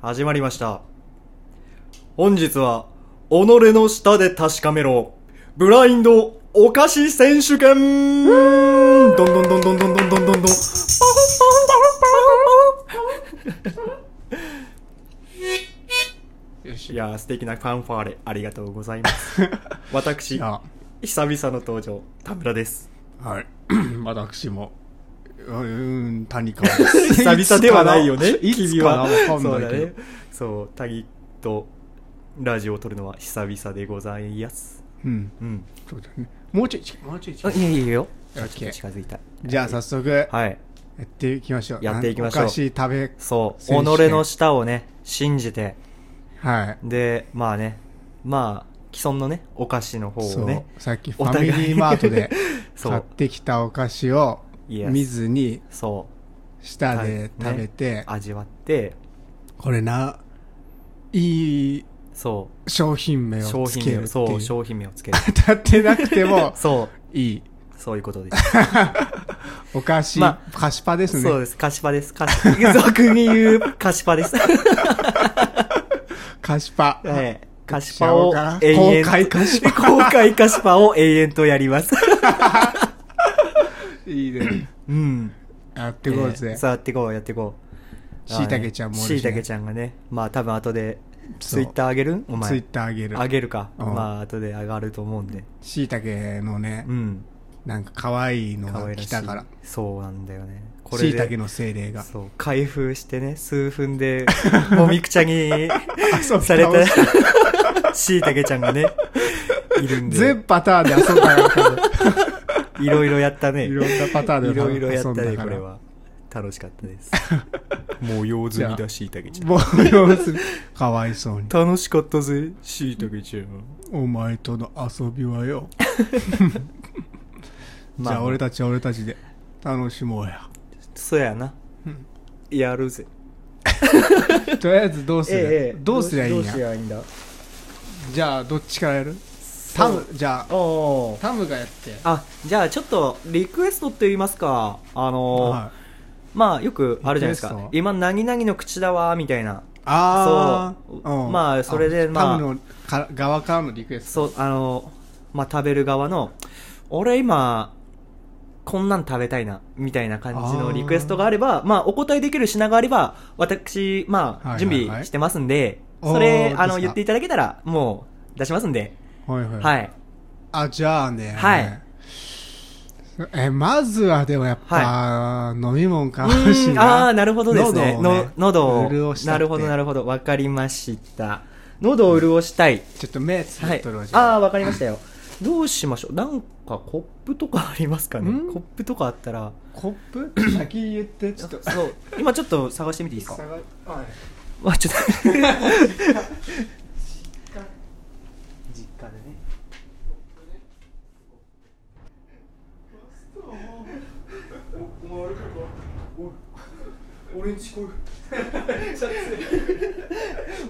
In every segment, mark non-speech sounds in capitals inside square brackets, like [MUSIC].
始まりました。本日は、己の舌で確かめろ、ブラインドお菓子選手権どんどんどんどんどんどんどんどんどん。よしいやー、素敵なファンファーレ、ありがとうございます。 [LAUGHS] 私、久あ々の登場、田村です。はい私もうーん谷川です久々ではないよね、いつ君かなはわか。んそうだないけど、ね。そう、タギとラジオを撮るのは久々でございます。うんうん。そうだねもうちょい近いもうちょい近いやいやいやよ。オッケー近づいた。じゃあ早速やはい。っていきましょうやっていきましょうお菓子食べそう、己選手権の舌をね、信じて、はいで、まあね、まあ、既存のね、お菓子の方そをう、ね、さっきフおァ互いミリーマート [LAUGHS] でそ買っう、てきたお菓子を Yes 見ずにそ舌で食べて、う、味わって、これないいそ商品名う、を商つ品ける名を、ってそ、いうう商品名を [LAUGHS] つける。当たってなく [LAUGHS] てもそう、いいそういうことです。お菓子、ま菓子パ [LAUGHS] ですねそうです、菓子パです。菓子、俗に言う菓子パ [LAUGHS] です。菓子パ、はい。菓子パを永公遠と開菓子パ公開菓子パを永遠とやり [LAUGHS] ます。いいねうん。やってこうえぜーそうやっていこう、やっていこう。しいたけちゃんもおしるいしねたけちゃんがね、まあ多分後で、そツうイッターあげるお前。ツイッターあげるあげるか。うんまあ後で上がると思うんで。しいたけのねうん。なんか可愛いの可が愛ら来しい。たからそうなんだよね。しいたけの精霊がそう、開封してね、数分 [LAUGHS] で、もみくちゃにそうされ蓋をしてた、しいたけちゃんがね、いるんで。 [LAUGHS] 全パターンで遊んだからいろいろやったね。いろんなパターンでいろいろやった遊んね、だこかられは。楽しかったです。 [LAUGHS] もう用済みだしいたけちもう様子かわ [LAUGHS] いそうにゃん。楽しかったぜ、しいたけちゃん。お前との遊びは [LAUGHS] よ [LAUGHS] じまゃああ俺たちは俺たちで楽しもうやそうやな。やるぜ。とりあえずどうするどうすりゃいいんどうすやりゃいいんだ。じゃあどっちからやるタタム。じゃあおータムがやってあ、じゃあちょっと、リクエストって言いますか。あのーはい、まあよくあるじゃないですリクエかス。ト今、何々の口だわ、みたいな。ああそうまあそれでまあタムのか側からのリクエストそう、あの、まあ、食べる側の、俺今、こんなん食べたいな、みたいな感じのリクエストがあれば、まあ、お答えできる品があれば、私、まあ、はいはい準はい備してますんで、おーそれ、ですかあの、言っていただけたら、もう、出しますんで、はいはい、はい。あじゃあねはいえまずはでもやっぱ、飲み物かうもしーいん、あなあー、なるほどですね。喉をねの喉を潤しなたくてるほど、なるほど。わかりました。喉を潤したい。ちょっと目つぶはっいとるわ。じゃあああ、わかりましたよ。どうしましょうなんかコップとかありますかねんコップとかあったら、コップ先言ってちょっとそう、今ちょっと探してみていいですか下がはいわちょっと実家でねお前あれかおい俺んち来 [LAUGHS]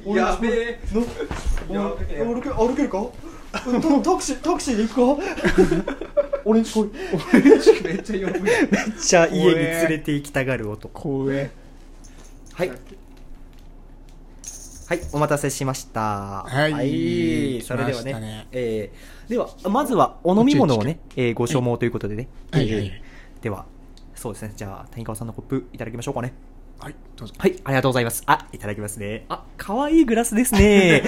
いやべえやべえけ歩ける [LAUGHS] かタクシータクシーで行くか俺んち来いめっちゃ呼ぶやんめっちゃ家に連れて行きたがる男怖えはいはいお待たせしましたはいそれでは来ましねたねえーではまずはお飲み物をね、えーご所望ということでね、はいえーはいではそうですねじゃあ谷川さんのコップいただきましょうかねはいどうぞはい、ありがとうございます。あ、いただきますね。あ、可愛いグラスですね。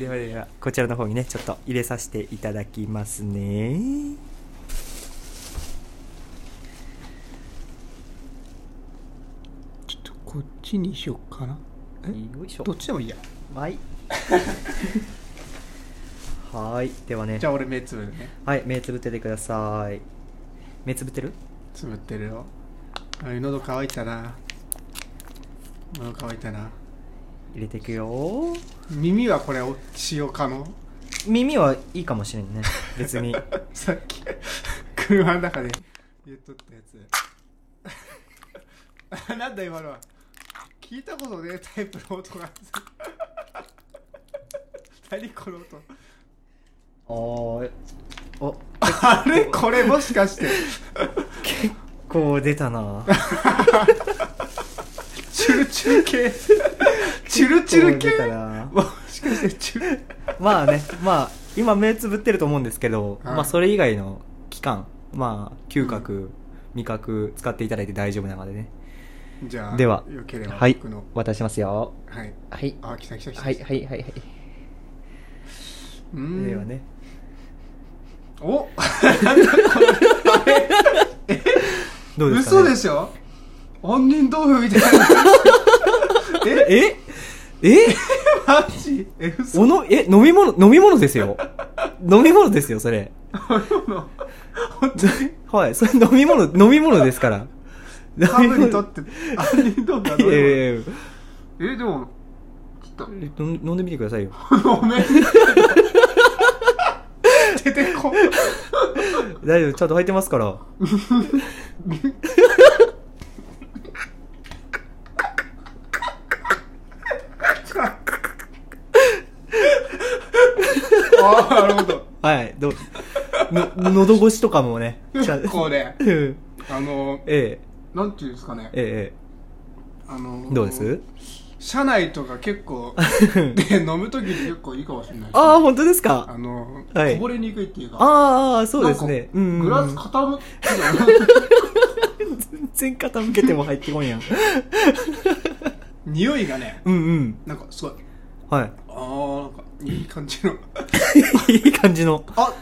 ではでは、こちらの方にね、ちょっと入れさせていただきますね。ちょっとこっちにしようかなえよいしょど。っちでもいいや [LAUGHS] はい。はい、ではねじ、ゃあ俺目つぶるねはい、目つぶっててください。目つぶってるつぶってるよあ喉乾いたな喉乾いたな入れていくよ。耳はこれお使用可能耳はいいかもしれんね。別 [LAUGHS] に。さっき車の中で言っとったやつ [LAUGHS] なんだ今のは聞いたことねえタイプの音が [LAUGHS] 何この音おー、お、 [LAUGHS] あれこれもしかして結構出たな。チュルチュル系チュルチュルキ聞こえュるかンなもしかしてチュルまあね、まあ、今目つぶってると思うんですけど、はいまあそれ以外の期間、まあ、嗅覚、味覚使っていただいて大丈夫なのでね。じゃあではよければはい僕の、渡しますよ。はい、はい。あ来た来た来たはい、はい、はい、はい。うそんれではね。どおうですか、ね、嘘でしょ杏仁豆腐みたいな [LAUGHS] えええマジえ嘘おの、え、飲み物、飲み物ですよ。飲み物ですよ、それ。の本当にはい、それ飲み物、飲み物ですから。ハムにとって杏仁豆腐はどいうやいいうやいやことえでもちょっえ飲ん飲んでみてくださいよ。とごめん出てこ大丈夫、ちゃんと入ってますから。ああなるほどはい、どう、 [LAUGHS] の、喉越しとかもね。ちゃんこれ [LAUGHS] うんあのえなんていうんですかねえ、えあのえ、どうです車内とか結構で飲む時に結構いいかもしれないですね [LAUGHS] ああ、本当ですあかの、はいこぼれにくいっていうかああ、そうですね。うなんん。かグラうスん傾くじゃん全然傾けても入ってこんや [LAUGHS] ん。匂いがねうんうん。なんかすごい [LAUGHS] はあーなんかいい感じのい。いい感じの。あ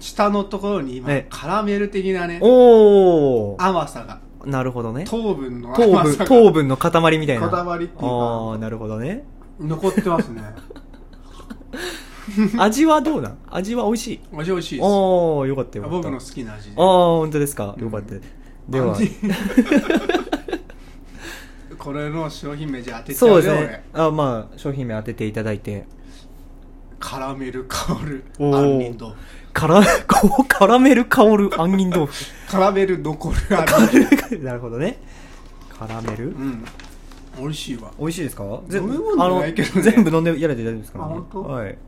下のところに今、はいカラメル的なねおー。甘さがなるほどね。糖分の糖甘分、さが糖分の塊みたいな。塊っていうかああ、なるほどね。残ってますね味はどうなん味は美味しい。味美味しいですおー、よかったよかった。僕の好あきな味であー、本当ですか。よかった。では、これの商品名じゃ当てちゃそううよ、です俺ね。あまあ、商品名当てていただいて。カラメル香るおー杏仁豆腐から、 [LAUGHS] こう、カラメル香る杏仁豆腐。カラメル残 [LAUGHS] る杏仁 [LAUGHS] なるほどね。カラメルうん美味しいわ美味しいですか飲み物じゃないけどねあの全部飲んでやれて大丈夫ですから、あ本当はい。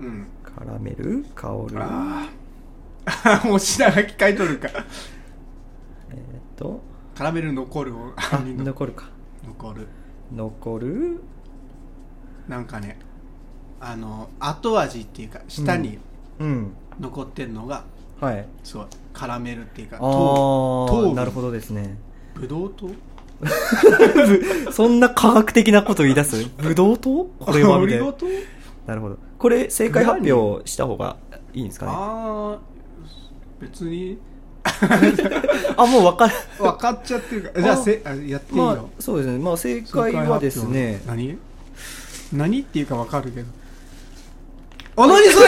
うんカラメル香る。ああ [LAUGHS] もう品書き書いとるかえーっと、カラメル残るをあ、杏仁豆腐残るか。残る残る。なんかねあの後味っていうか下にうん。残ってるのが、はい。すごいカラメルっていうかあ糖ー、分なるほどですね。 [LAUGHS] ぶどう糖そんな科学的なこと言い出 [LAUGHS] すブドウ糖これはオみたいリゴな。糖なるほど。これ、正解発表した方がいいんですかね。ああ別にあ、もうわかる。分かっちゃってるからじゃあせあやっていいよ、まあ、そうですね。まあ、正解はですね。何何っていうか分かるけどあ何 [LAUGHS] それ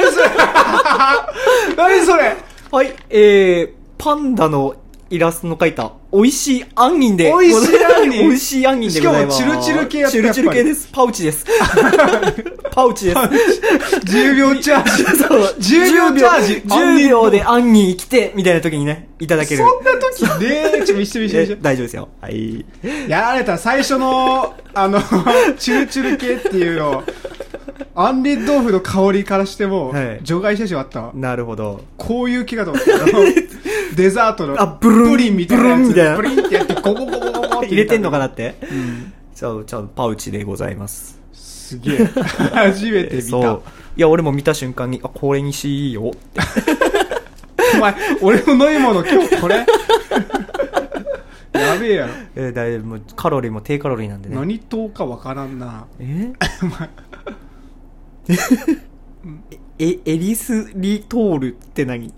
えー何それ何そ [LAUGHS] れはい、えー、パンダのイラストの描いた、美味しい杏仁で。美味しい杏仁美味しい杏仁でございます。しかもチュルチュル系やったチュルチュル系です。パウチ [LAUGHS] です。パウチです。 10秒チャー [LAUGHS] ジそう10秒チャージ10秒で杏仁生きて、みたいな時にね、いただける。そんな時 [LAUGHS] ねえちょっと見して見して見えして大丈夫ですよ。はい。やられた最初のあのチュルチュル系っていうのアンリ豆腐の香りからしても、はい除外してしまったわなるほど。こういう気がと思ったあのデザートのあブルンプリンみたいなやつブルンみたいなプリンって [LAUGHS] やってゴゴゴゴゴゴって入れてんのかななってちゃうちゃう、パウチでございます。すげえ初めて見たそう。いや、俺も見た瞬間に、あ、これにしようって。お前、俺の飲み物今日これやべえやろ。えー、だいぶもう、カロリーも低カロリーなんでね。何糖かわからんな。え [LAUGHS] え、エリスリトールって何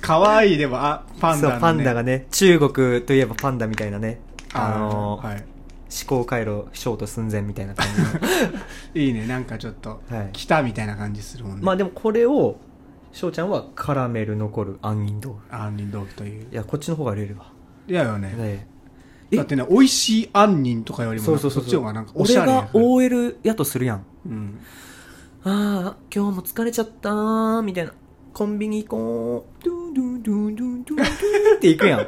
かわいいでも、あ、パンダ、そう、ね。パンダがね、中国といえばパンダみたいなね、ああののーはい。思考回路、ショート寸前みたいな感じの。 [LAUGHS] いいね、なんかちょっと、はい来たみたいな感じするもんね。まあでもこれを、翔ちゃんはカラメル残る杏仁豆腐。杏仁豆腐というい。や、こっちの方が売れるわ。いやよね。ねえだってね、美味しい杏仁とかよりも、そうそうそうっう。ちの方がなんかおしゃれ俺やがから OL やとするやん。うん。ああ、今日も疲れちゃったー、みたいな。コンビニ行こう。ドゥンドゥンドゥンドゥンドゥンドゥンって行くや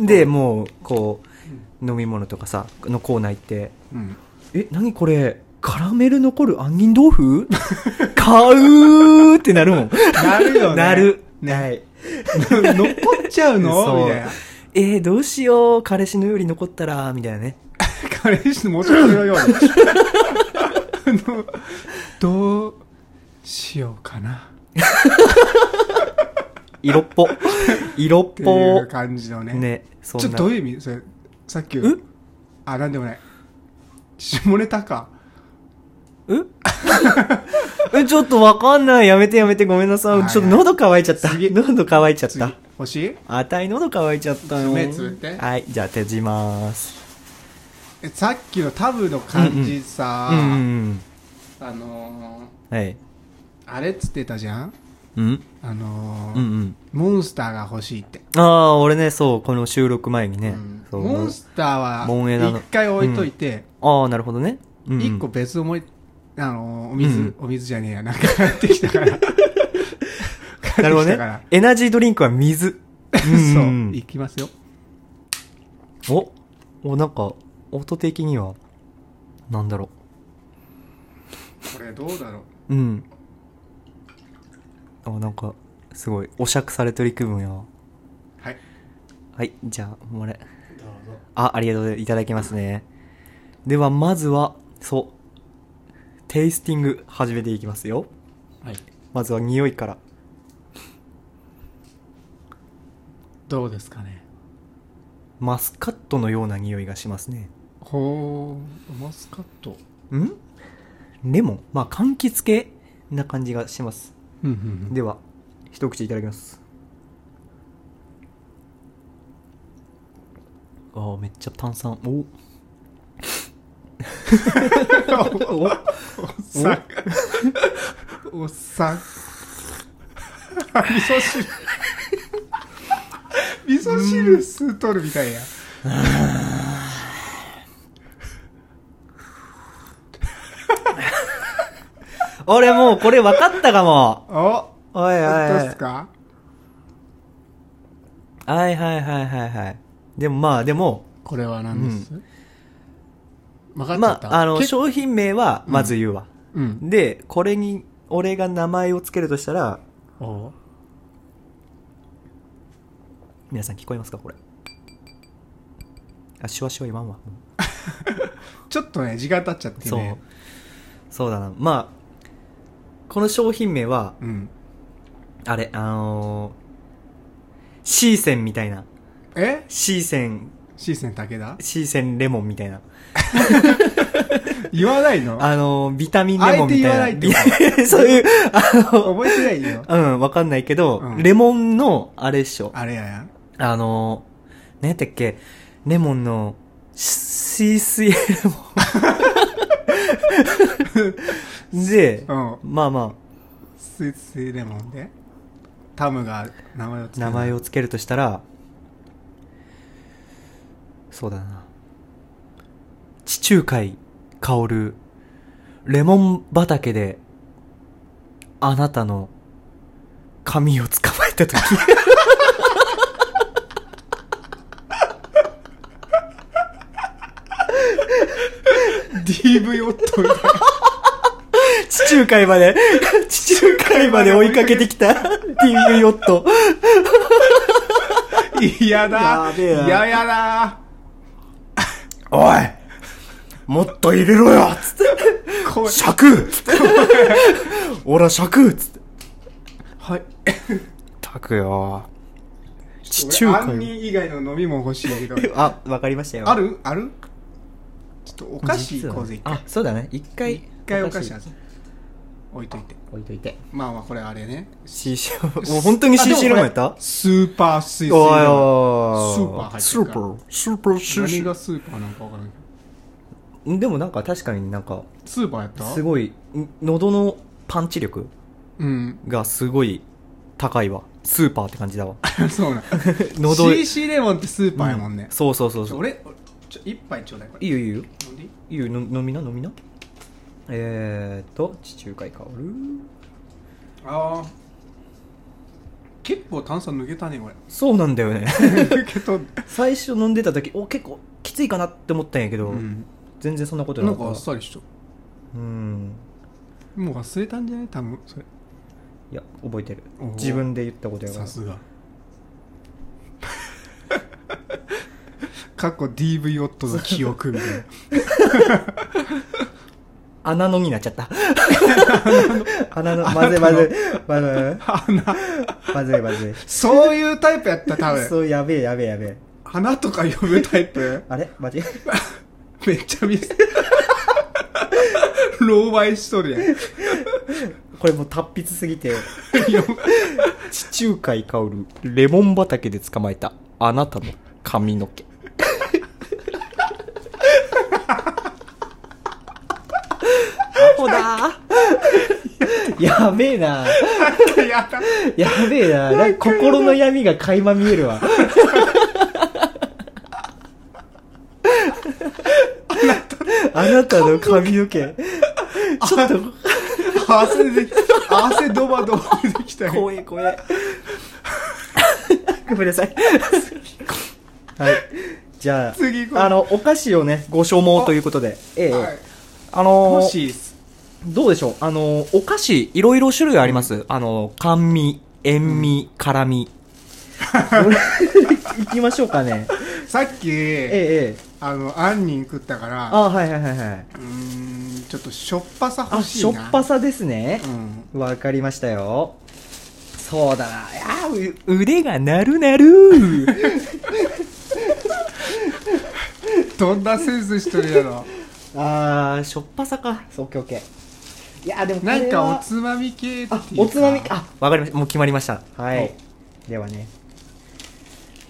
ん。で、もう、こう、飲み物とかさ、のコーナー行って、 [LAUGHS] うん。え、なにこれ、カラメル残る杏仁豆腐買うーってなるもん。なるよね。なる。ねはい。 [LAUGHS] 残っちゃうのそうみたいな。えー、どうしよう、彼氏のより残ったら、みたいなね。彼氏の持ち込みの [LAUGHS] ようにあのどうしようかな色っ [LAUGHS] ぽ。色っっていぽう。感じのねね、そんちょな。っとどういう意味それさっきうあなんでもない下ネタかうえ、 [LAUGHS] ちょっとわかんない。やめてやめて、ごめんなさはいい。はいちょっと喉乾いちゃった。喉乾いちゃっ次た。欲しいあたい喉乾いちゃったよ。目つぶってはい、じゃあ手じまーす。えさっきのタブの感じさ、うんうんあのうん。はい。ー、あれっつってたじゃんうんあのーうんうん。モンスターが欲しいって、ああ、俺ね、そう、この収録前にね。うんそうモンスターモンエナはの一回置いといて、ああ、なるほどね。うんうん一個別のもいあのーお水、うんお水じゃねえや、なんか買ってきたから。 [LAUGHS] なるなるほほどどね。エナジードリンクは水。 [LAUGHS] そんう、んいきますよ。お、お、なんか、音的には、なんだろこれどうだろう。う。うん。あ、なんか、すごい、お釈されてる気分やわ。はい。はい、じゃあ、もれ。どうぞ。あ、ありがとういただきますね。では、まずは、そう。テイスティング始めていきますよ。はい。まずは匂いから。どうですかね。マスカットのような匂いがしますね。ほー、マスカット。んレモンまあ、柑橘系な感じがします。うんうんうん。では、一口いただきます。あーめっちゃ炭酸。おおっさん。おっさん。味噌汁。味噌汁吸うとるみたいや。俺もうこれ分かったかも。おおいおいおい。どうっすかはいはいはいはいはい。でもまあ、でも、これは何です、分かっちゃまった、あ、あの、結構商品名はまず言うわ。うん。で、これに、俺が名前を付けるとしたら、お皆さん聞こえますかこれ。あ、シュワシュワ言わんわ。ちょっとね、時間経っちゃってそうね。。そうだな。まあ、この商品名は、う。うん。あれ、あのー、シーセンみたいな。えシーセン、シーセン武田シーセンレモンみたいな。言わないのあのー、ビタミンレモンみたいな。あえて言わな [LAUGHS] いそういう、あの、覚えてないよ。うん、わかんないけど、うんレモンの、あれっしょ。あれやや。あのー、何やったっけ、レモンの、シースイレモ [LAUGHS] ン。で、うん。まあまスイーツレモンで。タムが名前をつあ、けた名前を。つけるとしたら、そうだな。地中海香る、レモン畑で、あなたの、髪を捕まえた [LAUGHS] とき。 DV 夫みたい地中海まで、地中海まで追いかけてきた DV ヨット。な。嫌だ。やべえな嫌やだ。おいもっと入れろよつって。怖い。尺つって。おら尺つって。はい。たくよ。地中俺杏海。仁以外の飲みも欲しいんだけど。あ、わかりましたよ。あるあるちょっとお菓子行こうぜ、一回あ、。そうだね。一回。一回お菓子置いといて。置いといて。まあまあ、これあれね。 CC、もう本当に CC ロムやったスーパースイスイおいおいスーパー入ってるからスーパー。スーパーシュシ何がスーパーなんかわからないけどュ。でもなんか確かになんか、スーパーやったすごい、ん喉のパンチ力うん。 [LAUGHS] がすごい高いわ。スーパーって感じだわ。そうなん。 [LAUGHS] 喉 CC レモンってスーパーやもんね。そうそうそうちょそう。俺、ちょ、一杯ちょうだい、これ。いいよいいよ。飲んでいいいいよ、の飲みな、飲みな。えーっと、地中海香る。ああ。結構炭酸抜けたね、これ。そうなんだよ [LAUGHS] ね。抜けとん最初飲んでた時、お、結構きついかなって思ったんやけど、うん。全然そんなことななんかかあっ。ったさりしとる。うん。もう忘れたんじゃない多分、それ。いや、覚えてるおー。 [LAUGHS] 自分で言ったことやから。が。かっこ DV 夫の記憶みたいな。穴のになっちゃ [LAUGHS] った。穴の、まずいまずい。まず花。い。まずいまずい。そういうタイプやった、多分。そう、やべえやべえやべえ。花とか呼ぶタイプあれ間違え。めっちゃミス。 [LAUGHS] 老媒しとるやん。これもう達筆す [LAUGHS] ぎて。よ地中海香るレモン畑で捕まえたあなたの髪の毛。アホだやべえなやだ。やべえななんか心の闇が垣間見えるわ。あなたの髪の毛。ちょっと汗出てきた。汗ドバドバ出てきたよ。 [LAUGHS] 怖え怖 [LAUGHS] え。ごめんなさい。はい。じゃあ、次行こうあの、お菓子をね、ご所望ということで。ええ、はいあのー欲しいっす。どうでしょうあのーお菓子、いろいろ種類あります。あのー甘味、塩味、辛 [LAUGHS] 味。行きましょうかね。さっき、ええええ。あの、杏仁食ったから、あ、はいはいはいはい。うーんちょっとしょっぱさあ、欲ししいょなっぱさですね。うんわ、かりましたよ。そうだな。あーう腕がなるなる。どんなセンスしとる [LAUGHS] やろあー、しょっぱさか。そうオッケーオッケー。いやーでもこれなはんかおつまみ系っていうあか、おつまみ、あ、わかりました。もう決まりました。ははいい。ではね、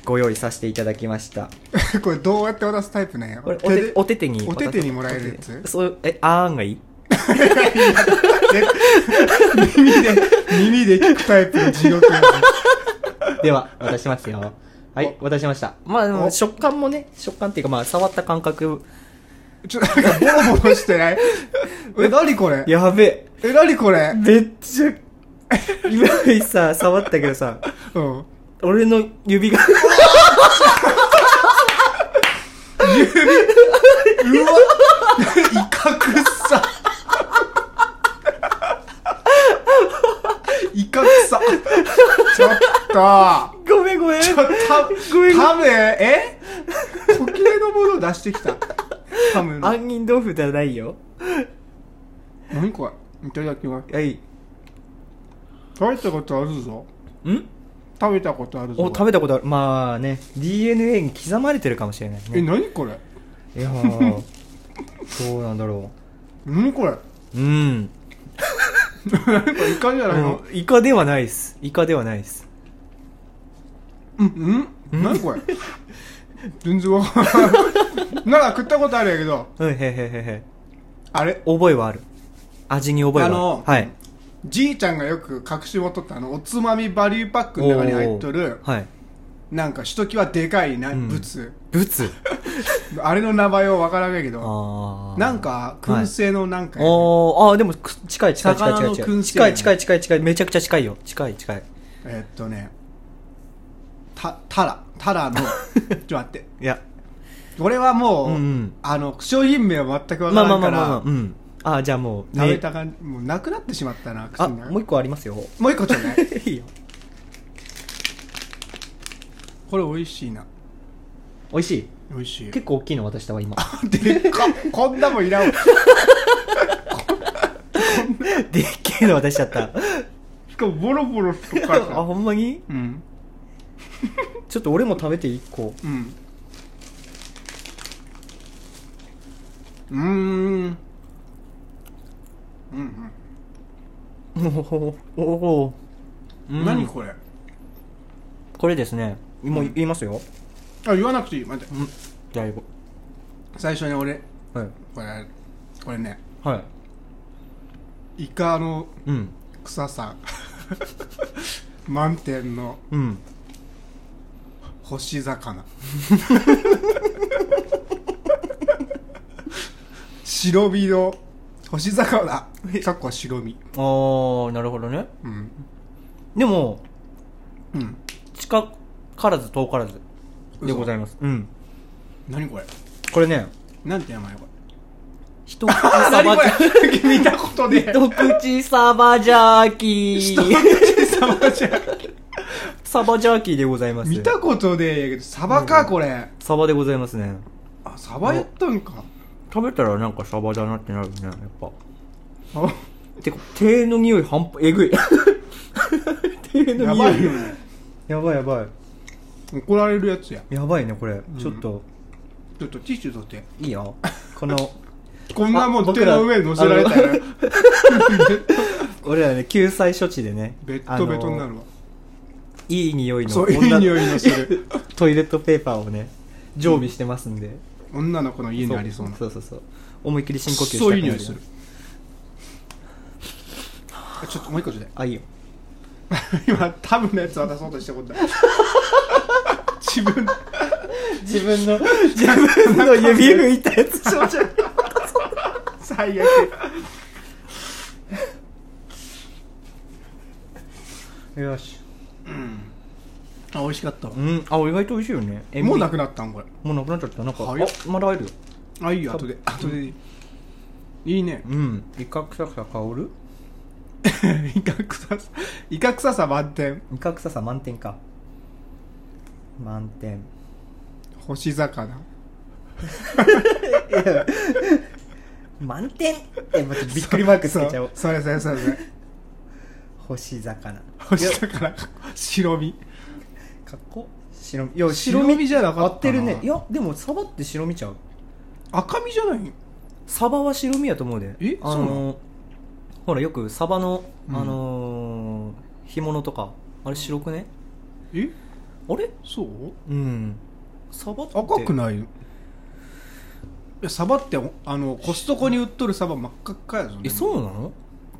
ご用意させていただきました。 [LAUGHS] これどうやって渡すタイプなんやこれ、お手てで、おててに。お手手にもらえるやつそう、え、あーんがいい絶耳で [LAUGHS] 耳で聞くタイプの地獄やでは、渡しますよ。はい、渡しました。まあでも、お食感もね、食感っていうか、まあ、触った感覚。つちょっとなんかボロボロし [LAUGHS] てないえ何これやべえ何こ [LAUGHS] え。れめっちゃ、今さ、触ったけどさ、 [LAUGHS] うん俺の指が、うわ威嚇さ [LAUGHS] 威嚇さちょっとごめんごめん。ちょ [LAUGHS] っとハムごめんごめんハムえ固形のもの出してきたハムの杏仁豆腐じゃないよ。何これいただきますはい。食べたことあるぞん食べたことあるぞお、食べたことある。まあね、DNA に刻まれてるかもしれないね。え何これいやー [LAUGHS] どうなんだろ何これう。うん。何これイカじゃないのイカではないです。イカではないです。うんうん何これ全然わからないなんか食ったことあるやけどうん、へへへへ。あれ覚えはある。味に覚えはある。あのはい。じいちゃんがよく隠し事ってあのおつまみバリューパックの中に入っとるおーはい。なんかひときわでかいな、うん物ブ [LAUGHS] ツ。あれの名前はわからんやけどあーなん。か燻製のなんかやね、おーあー、でも、く近い近い近い近い魚の近い。燻製近い近い近い近い。めちゃくちゃ近いよ。近い近い。えーっとね、た、たら、たらの、ちょっと待って。 [LAUGHS] いや。俺はもう、うんうんあの、商品名は全くまあわまかあまらあまあんかまあ。ら、うん。あー、じゃあもう、食べね。た感じ、もうなくなってしまったな、口あ、の中もう一個あり [LAUGHS] ますよ。もう一個ちょ [LAUGHS] うだい。いいよ。これ美味しいな。美味しい。美味しい。結構大きいの渡したわ、今。でっかこんなもんいらんわ。 [LAUGHS] でっけえの渡しちゃった。しかもボロボロとかあ、さ。ほんまにうん。ちょっと俺も食べて一個。うん。うーん。うんお [LAUGHS] ーおーう。うんん何これこれですね。もう言いますよ。あ、言わなくていい。待って。うん。だいぶ。最初に俺、はい。これ、これね。はい。イカのうん。臭さ [LAUGHS] 満点のうん。干し魚 [LAUGHS] 白身の干し魚かっこ白身あー、なるほどね。うんでも、うん近からず遠からずでございます。うん。何これこれね、なんて名前これ一口 [LAUGHS] あサ何バこジャーれ [LAUGHS] 見たことねえ一口サバジャーキー。一口サバジャーキサバジャーキーでございます。見たことねえやけど、サバか、これ。サバでございますね。あ、サバやったんか。食べたらなんかサバだなってなるね、やっぱ。あてか、手の匂い半端、えぐい。 [LAUGHS] 手のや匂ばい。いよね。やばいやばい。怒られるやつや。やばいね、これ。ちょっと、ちょっとティッシュ取って。いいよ。この、こんなもあん手の上に乗せられたら、俺らね、救済処置でね。ベッドベトになあのるわ。いい匂いの。そう、いい女匂いのする。 [LAUGHS] トイレットペーパーをね、常備してますんで。女の子の家にありそうな。そうそうそう。思いっきり深呼吸したそう感いいじ匂いする。あちょっともう一個ちょうだい。あ、い [LAUGHS] いよ。今、タブのやつ渡そうとしたことだ。自分、自分の、自分の指拭いたやつ少女。最悪。 [LAUGHS] よし。あ、美味しかったわう。ん、あ、意外と美味しいよね。塩味もうなくなったんこれ。もうなくなっちゃった。なんか、早っあまだあるよ。あ、いいよ、後で。後でいい。いいね。 [LAUGHS] うん。イカ臭さ香るイカ臭さ、イカ臭さ満点。イカ臭さ満点か。満点。干し魚。満点え、またびっくりマークつけちゃおう。そう。それそれそれそ [LAUGHS] れ。星魚。干し魚、白身。かっこ白身。いや、白身じゃなか合ったなってるね。いや、でもサバって白身ちゃう。赤身じゃないサバは白身やと思うで。えあそうなのほら、よくサバの、うんあのー、干物とか、あれ白くねえあれそううん。サバって。赤くいないいやサバってあのコストコに売っとるサバ真っ赤っかやぞ、ね、え、そうなの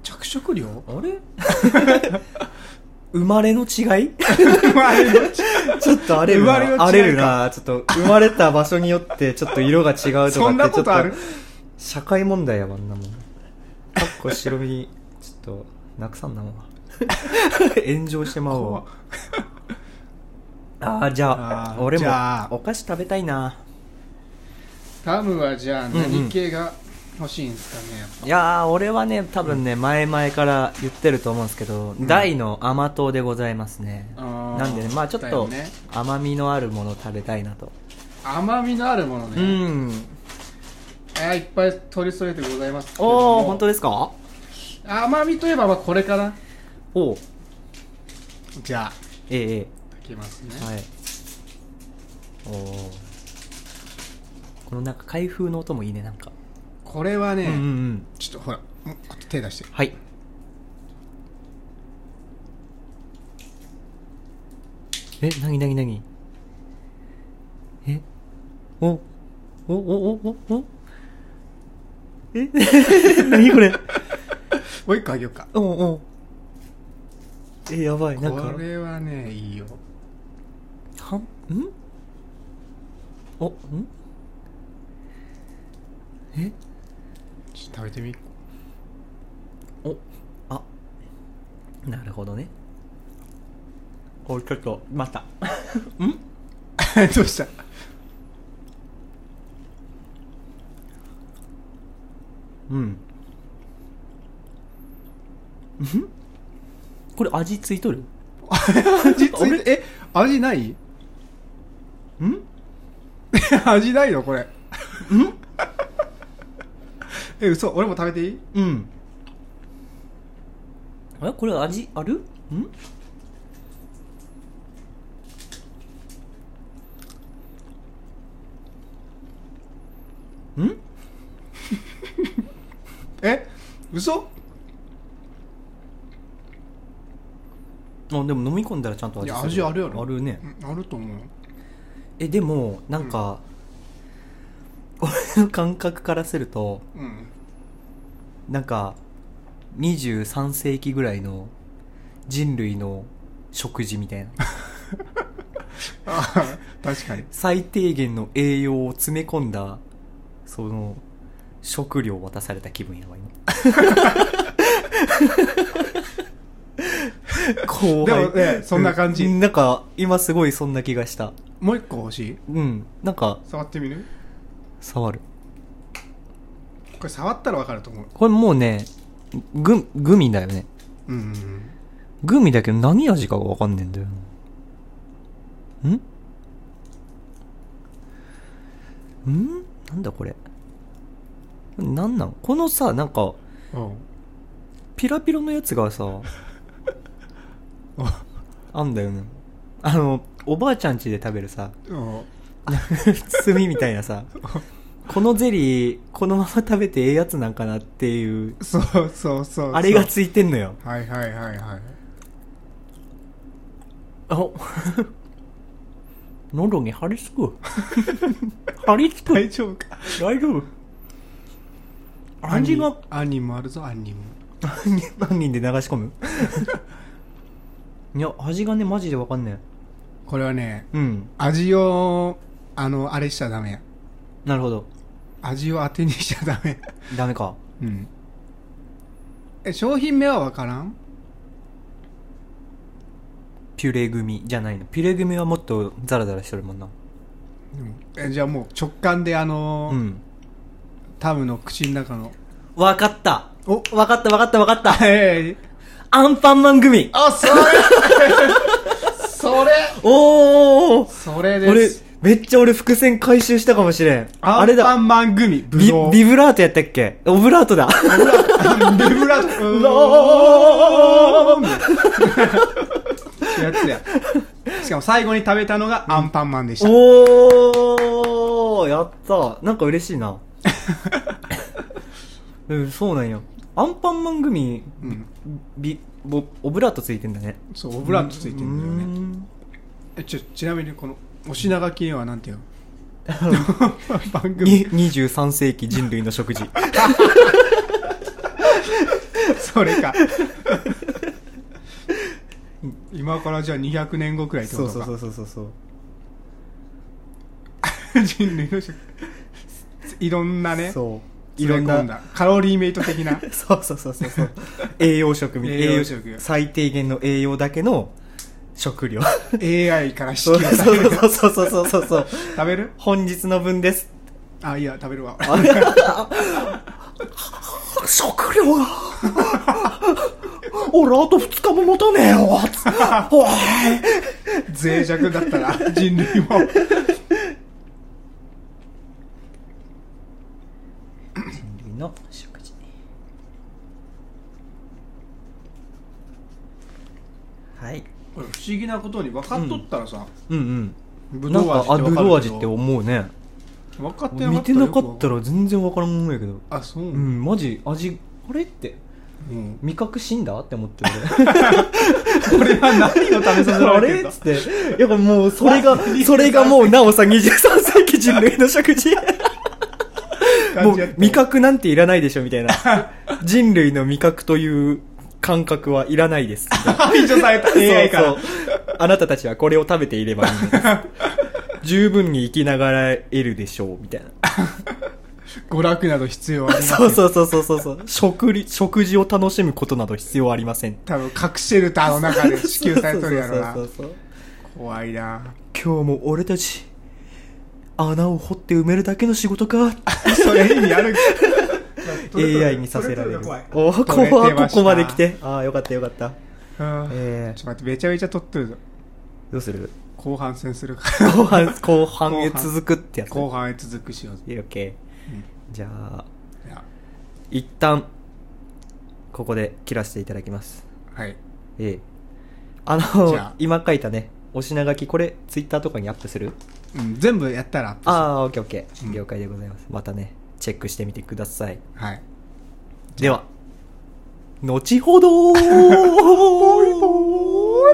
着色料 [LAUGHS] あれ生まれの違い生まれの [LAUGHS] ちょっと荒れる生まれの違な。いか荒れるな。ちょっと、生まれた場所によって、ちょっと色が違うとかって、そんなことあるちょっ社会問題やわ、あんなもん。かっこ白身、ちょっと、なくさんなも [LAUGHS] んわ。炎上してまうわ。ああ、じゃあ、あー俺じもゃあ、お菓子食べたいな。タムはじゃあうんう何ん系が欲しいんですかね、やっぱいやー、俺はね、多分ね、前々から言ってると思うんですけど、大の甘党でございますね。あーなんでね、まあちょっだよとね、甘みのあるものを食べたいなと。甘みのあるものうね、ん。えーいっぱい取り添えてございますけれどもおー、本当ですか甘みといえばまあこれかなおー、じゃあええいきますねええはい。おー。このなんか開封の音もいいね、なんか。これはね、うんうんうん。ちょっとほらもうこうやって手出してはい。え、なになになにえお、お、お、お、お、おえ [LAUGHS] なにこれもう一個あげようかおおえ、やばい、なんかこ。れはねいいよはんんお、んえちょっと食べてみお、あ、なるほどね。これちょっと、また。 [LAUGHS] どうしたうん。これ味ついとる味ついてえ味ないん [LAUGHS] 味ないのこれん [LAUGHS] え嘘俺も食べていいうん。あれこれ味あるんえ嘘あ、でも飲み込んだらちゃんと味する。いや味あるやろあるね。うんあると思うよえ、でも、なんか、俺の [LAUGHS] 感覚からすると、うんなんか、23世紀ぐらいの人類の食事みたいな。 [LAUGHS] あ [LAUGHS] 確かに最低限の栄養を詰め込んだ、その、食料を渡された気分やわ、 [LAUGHS] 今。後輩でもねそんな感じうなんか、今すごいそんな気がした。もう一個欲しいうん。なんか、触ってみる触る。これ触ったら分かると思うこれもうね、グ、グミだよね。うんうんうんグミだけど何味かがわかんねえんだよな。んんなんだこれなんなんこのさなんかうん。ピラピラのやつがさ [LAUGHS] ああんだよねあのおばあちゃん家で食べるさうん。炭みたいな [LAUGHS] さこのゼリーこのまま食べてええやつなんかなっていうそうそうそうそう。あれがついてんのよはいはいはいはい。あ喉に張り付く張り付大く丈夫か。大丈夫味がアニもあるぞ、アニも。何 [LAUGHS] 人で流し込む [LAUGHS] いや味がねマジでわかんないこれはね、うん味を、あの、あれしちゃダメ。なるほど味を当てにしちゃダメ。 [LAUGHS] ダメかうん。え、商品名はわからんピュレ組じゃないのピュレ組はもっとザラザラしとるもんなえ、じゃあもう直感であの、うんタムの口の中の。わかったおわかったわかったわか [LAUGHS] ったえアンパンマン組あ、それ [LAUGHS] それおおそれで俺す。、めっちゃ俺伏線回収したかもしれん。あれだ。アンパンマングミ、ブビドウ。ビブラートやったっけオブラート [LAUGHS] だ。ビブラート。ロやつや。しかも最後に食べたのがアンパンマンでした。おーやったなんか嬉しい [LAUGHS] な。うん、そうなんや。アンパンマン組、うん。ビ、ボ、オブラートついてんだね。そう、オブラートついてるんだよね。ね。え、ちょ、ちなみにこの、お品書きにはなんていう [LAUGHS] の番組。に23世紀人類の食事。それか。 [LAUGHS] 今からじゃあ200年後くらいってことか。う [LAUGHS] そうそうそう。人類の食いろんなね、そう。いろんな。カロリーメイト的な。 [LAUGHS] そうそうそうそうそう。栄養食味。栄養食最低限の栄養だけの食 [LAUGHS] 料。 AI から支そう給される。 [LAUGHS] そうそうそうそうそうそう。食べる本日の分です。あ、いや、食べるわ。食料が。 [LAUGHS] 俺、あと二日も持たねえよ。おい。脆弱だったら、人類も。の食事。はい。これ不思議なことに分かっとったらさ、うんうぶん。なんか、あ、ぶどう味って分思うね。かって見てなかったらよら全然わからんもんやけど。くわあそう、ううんん、マジ、味、あれって。味覚死んだって思ってこれは何を食べさせ俺らあれてれんだっつっていやもうそれ [LAUGHS] がそれがもうなおさ23世紀人類の食 [LAUGHS] 事も感じやっうた味覚なんていらないでしょみた [LAUGHS] いな人類の味覚という感覚はいらない [LAUGHS] ですみたいな排除された AI からそうそうあなたたちはこれを食べていれ [LAUGHS] ばいいんです十分に生きながら得るでしょうみたい [LAUGHS] な娯楽など必要ありませんそうそうそうそうそうそう食り食事を楽しむことなど必要ありません多分核シェルターの中で支給されとるやろな [LAUGHS] そうそうそうそう怖いな今日も俺たち穴を掘って埋めるだけの仕事かそれ意味ある AI にさせられる取れとおー取れてましたこわここまで来てああよかったよかったが怖いうんえちー、ょっと待ってめちゃめちゃ撮ってるぞどうする後半戦するから後 [LAUGHS] 半後半へ続くってやつ後半へ続くしよういや OK うんじゃあいや一旦ここで切らせていただきますはいええあじのゃあ今書いたねお品書きこれツイッターとかにアップするうん全部やったらアップするああオッケーオッケうーん了解でございますまたねチェックしてみてくださいはい [LAUGHS] では、後ほどーボイボイ